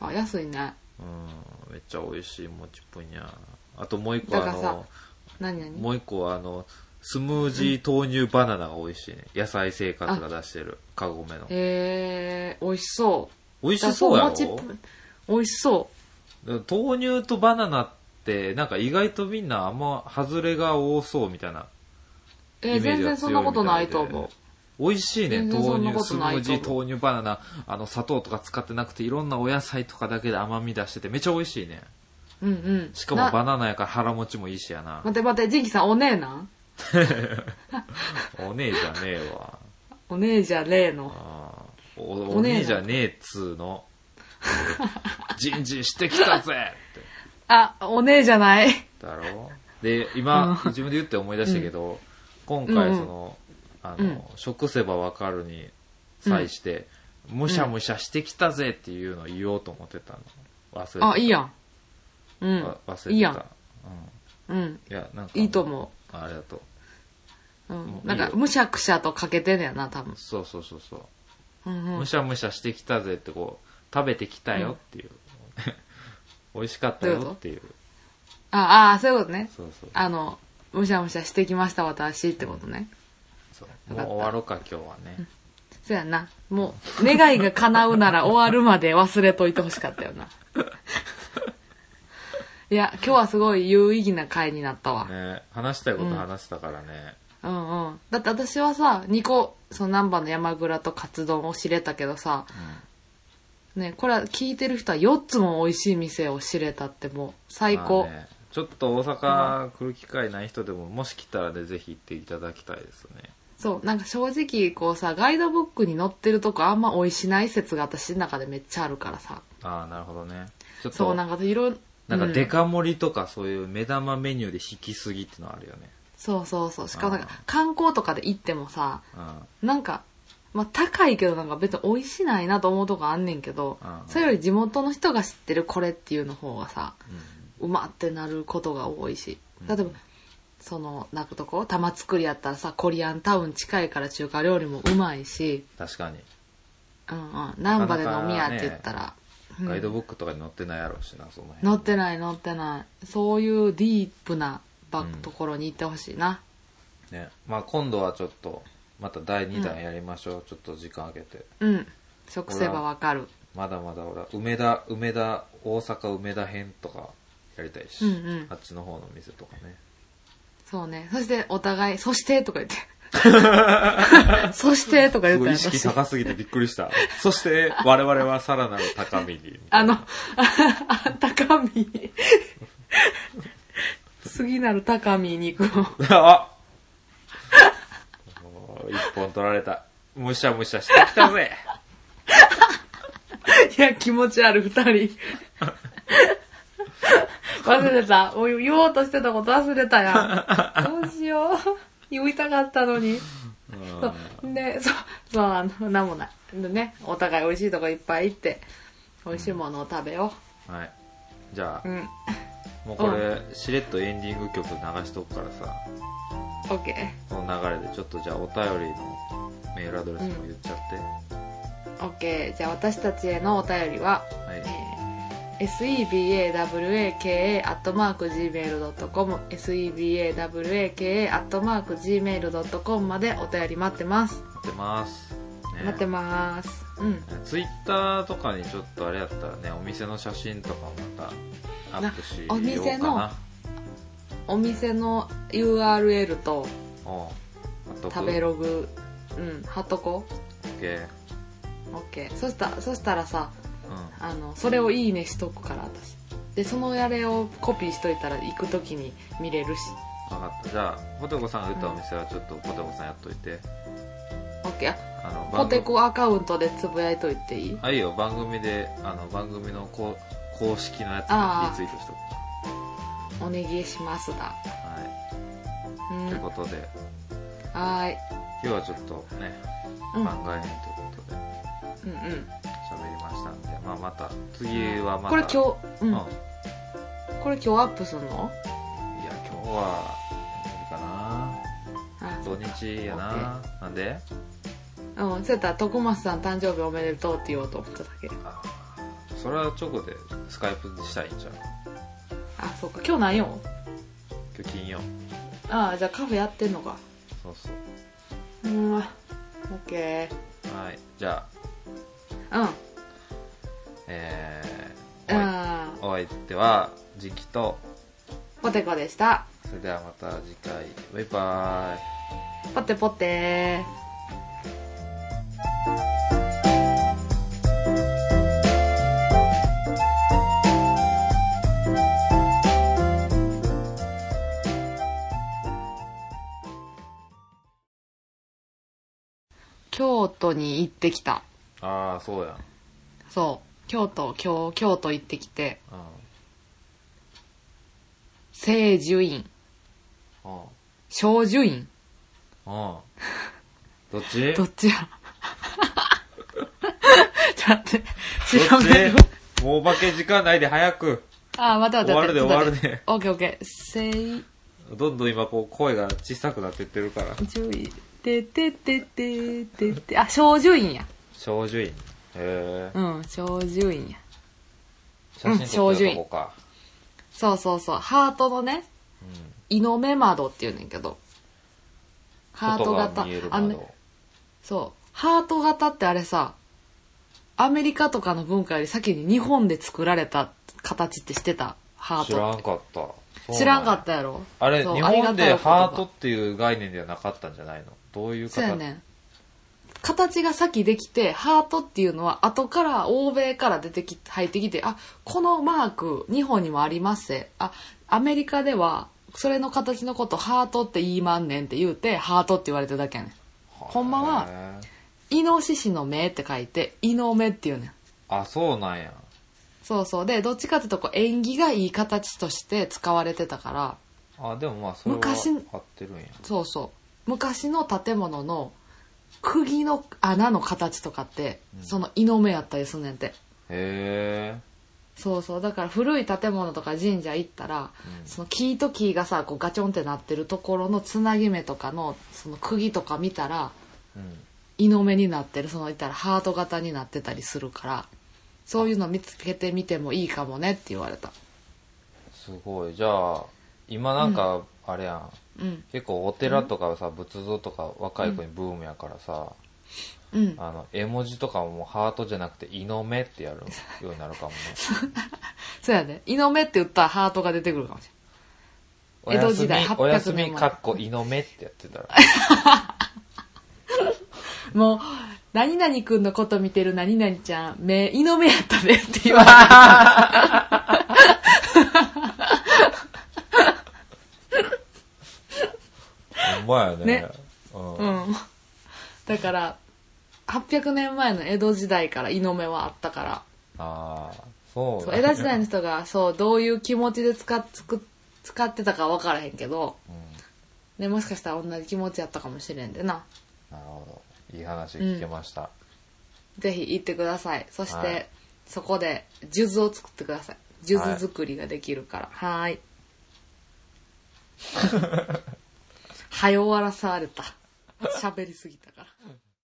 S2: あ、安いね。
S1: うん、めっちゃ美味しい、もちぷにゃ。あともう一個
S2: だ
S1: あ
S2: からさ
S1: の、
S2: 何々
S1: もう一個はあの、スムージー豆乳バナナが美味しいね。野菜生活が出してる、カゴメの。
S2: えー、美味しそう。
S1: 美味しそうや
S2: だから
S1: ろ
S2: う餅っぽい美味しそ
S1: 豆乳とバナナって、なんか意外とみんなあんま外れが多そうみたいな
S2: う。
S1: イ
S2: え
S1: メ
S2: ー、
S1: ー
S2: 全
S1: ジが
S2: 然そ
S1: 強
S2: ん
S1: い
S2: な
S1: みたいで。
S2: ことないと思う。
S1: 美味しいね、
S2: 全然そんな
S1: 豆乳、
S2: こ
S1: ス
S2: と
S1: ム
S2: ないと
S1: ー
S2: 思う
S1: ジー豆乳バナナ、あの、砂糖とか使ってなくて、いろんなお野菜とかだけで甘み出してて、めっちゃ美味しいね。
S2: うんうん。
S1: しかも
S2: な
S1: バナナやから腹持ちもいいしやな
S2: 待。って待って、ジンキさんお姉なん
S1: おねえじゃねえわ。
S2: お姉じゃねえの。
S1: あーお
S2: お
S1: お
S2: 姉
S1: 姉じゃねえっつー の。じんじんしてきたぜって。
S2: あ、お姉じゃない。
S1: だろで、今、
S2: うん
S1: 自分で言って思い出したけど、今回その、あの、
S2: うん
S1: 食せばわかるに際して、むしゃむしゃしてきたぜっていうのを言おうと思ってたの。忘れてた。
S2: あ、いいやん。うん
S1: わ。忘れてた。
S2: いいやん
S1: うん。
S2: うん。
S1: いや、なんか。
S2: いいと思
S1: う。ありがとう。
S2: う。うん
S1: も。う
S2: なん
S1: いい
S2: か、
S1: よ
S2: むしゃくしゃとかけてんねやな、多分。
S1: そうそうそうそう。
S2: うんう
S1: む
S2: ん。
S1: しゃむしゃしてきたぜってこう、食べてきたよっていう。 美味しかったよっていう。
S2: ああ、そういうことね。
S1: そうそう。
S2: あの、むしゃむしゃしてきました、私ってことね。
S1: そうもう終わろうか、今日はね。
S2: そうやな。もう、願いが叶うなら終わるまで忘れといてほしかっ たよな。いや、今日はすごい有意義な回になったわ。
S1: ね話したいこと話したからね。
S2: うんうん。だって私はさ、2個、その南波の山蔵とカツ丼を知れたけどさ、ね、これは聞いてる人は4つも美味しい店を知れたってもう、最高。
S1: まあねちょっと大阪来る機会ない人でも、もし来たらね、ぜひ行っていただきたいですね。
S2: そう、なんか正直こうさ、ガイドブックに載ってるとこあんま美味しない説が私の中でめっちゃあるからさ。
S1: ああ、なるほどね。ちょっ
S2: そう、
S1: と、
S2: な
S1: なん
S2: んかいろいろ、
S1: か
S2: うん
S1: デカ盛りとかそういう目玉メニューで引きすぎってのあるよね。
S2: そうそうそう。しかもなんか
S1: あ
S2: 観光とかで行ってもさ、
S1: うん。
S2: なんか、まあ高いけどなんか別に美味しないなと思うとこあんねんけど
S1: うん、
S2: それより地元の人が知ってるこれっていうの方がさ、
S1: うん
S2: うまってなることが多いし
S1: う
S2: 例
S1: ん
S2: えば、そのなんかとこ玉造りやったらさコリアンタウン近いから中華料理もうまいし、
S1: 確かに。
S2: うんうん、難波で飲み屋って言ったら、うん
S1: ガイドブックとかに載ってないやろうしな、その辺。
S2: 乗ってない乗ってないそういうディープなバックところに行ってほしいな、
S1: ね。まあ今度はちょっと、また第2弾やりましょう。ちょっと時間あけて。
S2: うん食せばわかる
S1: まだまだ俺は梅田梅田大阪梅田編とかやりたいし、
S2: うんうん
S1: あっちの方の店とかね
S2: そうねそしてお互い「そして」とか 言って「そして」とか
S1: す
S2: 言っ
S1: ご
S2: た
S1: い
S2: ら
S1: 意識
S2: 私
S1: 高すぎてびっくりした そして我々はさらなる高みに
S2: あの、あ あ高み。 次なる高みに行くの。
S1: あもう 一本取られたむしゃむしゃしてきたぜ
S2: いや、気持ち悪い、二人。 忘れた。おい言おうとしてたこと忘れたやん。どうしよう。言いたかったのに。そうで、そう、そう、あの、なんもない。でね、お互い美味しいとこいっぱい行って、美味しいものを食べよ
S1: はいじゃあ
S2: う。うん。
S1: もうこれしれっとエンディング曲流しとくからさ
S2: オッケー。
S1: この流れでちょっとじゃあお便りのメールアドレスも言っちゃって、
S2: オッケー。じゃあ私たちへのお便りは、
S1: はい
S2: えー sebawaka.gmail.com sebawaka.gmail.com までお便り待ってます、
S1: 待ってます、ね
S2: 待ってますうん
S1: ツイッターとかにちょっとあれやったらねお店の写真とかもまたアップしようか
S2: お
S1: な
S2: 店のお店の URL と
S1: おうあと
S2: 食べログうん貼っとこ
S1: オッケー
S2: う OK そしたそしたらさ
S1: う
S2: あのそれをいいねしとくから私でそのやれをコピーしといたら行く時に見れるし
S1: 分かったじゃあポテコさんが言ったお店はちょっとポテコさんやっといて、
S2: オッケー
S1: あの
S2: ポ
S1: 番
S2: テ
S1: 組
S2: コアカウントでつぶやいといていい
S1: あいいよ番組であの番組のこう公式のやつ
S2: あー
S1: にリツイートしとく
S2: お願いしますだ
S1: は
S2: う
S1: い、
S2: ん
S1: ということで
S2: はーい
S1: 今日はちょっとね
S2: うん
S1: 番外編ということで
S2: うんうん
S1: 喋りましたんで、まあ、また次はまた
S2: これ今日、
S1: う
S2: う
S1: んん、いや
S2: これ今日アップすんの
S1: 今日は無
S2: あ
S1: 理かな土日やななんで
S2: うんそうやったら徳松さん誕生日おめでとうって言おうと思っただけ
S1: あそれはチョコでスカイプしたいんじゃん
S2: あそうか今日何よ
S1: 今日金曜
S2: ああじゃあカフェやってんのか
S1: そうそう
S2: うんわオッケ
S1: はいじゃあ
S2: ーうん
S1: えー、お相
S2: うん
S1: お相手は時期と
S2: ポテコでした
S1: それではまた次回バイバーイ
S2: ポテポテー京都に行ってきた
S1: ああそうやん、うん、
S2: そう京都京京都行ってきて清寿院
S1: うん
S2: 小寿院
S1: うん どっち
S2: どっちや ちょっと待って
S1: ど
S2: 調
S1: っ
S2: べる
S1: ちもうお化け時間ないで早く
S2: あ、待って待って
S1: 終わるで
S2: 待ってちょっと待ってオッケーオッケー。せい、
S1: どんどん今こう声が小さくなってってるから
S2: じゅい、てててててて、あ、小獣院や。
S1: 小獣院へえ
S2: うん、小獣院や。
S1: 写真撮ってるとこか、
S2: そうそうそう、ハートのね、イノメ窓っていうねんけど。ハート型
S1: 外が見える。
S2: あの
S1: 窓
S2: ね、そう。ハート型ってあれさ、アメリカとかの文化より先に日本で作られた形ってしてたハー
S1: 知ら
S2: トっ
S1: ん
S2: て。
S1: かった
S2: 知らんかったたやろ
S1: あれ
S2: そう
S1: 日
S2: あり
S1: 本
S2: がたい
S1: で
S2: お言葉
S1: ハートっていう概念ではなかったんじゃないのどういう
S2: そうや
S1: 形
S2: ねん。形が先できて、ハートっていうのは後から欧米から出てきて、入ってきて、あ、このマーク日本にもありますせ。あ、アメリカではそれの形のことハートって言いまんねんって言うて、ハートって言われてるだけやねん。ほんまは
S1: へ
S2: イノシシの目って書いて、イノメっていうねん。
S1: ーあそうなんや
S2: そうそう。で、どっちかっていうとこう縁起がいい形として使われてたから、
S1: あでもまあそれは
S2: 昔
S1: 合ってるんや
S2: そうそう。昔の建物の釘の穴の形とかって、そのイノメやったりすんねんて。
S1: へえ
S2: そうそうだから古い建物とか神社行ったら、
S1: うん
S2: その木と木がさこうガチョンってなってるところのつなぎ目とかのその釘とか見たら
S1: うん
S2: イノメになってるその言ったらハート型になってたりするからそういうの見つけてみてもいいかもねって言われた
S1: すごいじゃあ今なんかあれやん、
S2: うん
S1: 結構お寺とかさ仏像とか若い子にブームやからさ、
S2: うん
S1: あの絵文字とかももうハートじゃなくて「イノメ」ってやるようになるかもね
S2: そうやねイノメって言ったらハートが出てくるかもし 江戸時代
S1: おや
S2: 800
S1: す
S2: 年
S1: み
S2: 前
S1: かっこ「イノメ」ってやってたら
S2: れんもう何々くんのこと見てる何々ちゃん目イノメやったねって言われた
S1: ほんまやね
S2: ね
S1: うん
S2: うんだから800年前の江戸時代からイノメはあったから
S1: ああそう
S2: そう江戸時代の人がそうどういう気持ちで使っつく使ってたか分からへんけど、ね、もしかしたら同じ気持ちやったかもしれんでな
S1: なるほどいい話聞けました、
S2: ぜひ行ってくださいそして、
S1: はい
S2: そこで数珠を作ってください数珠作りができるからはーい はよ終わらされた喋りすぎたから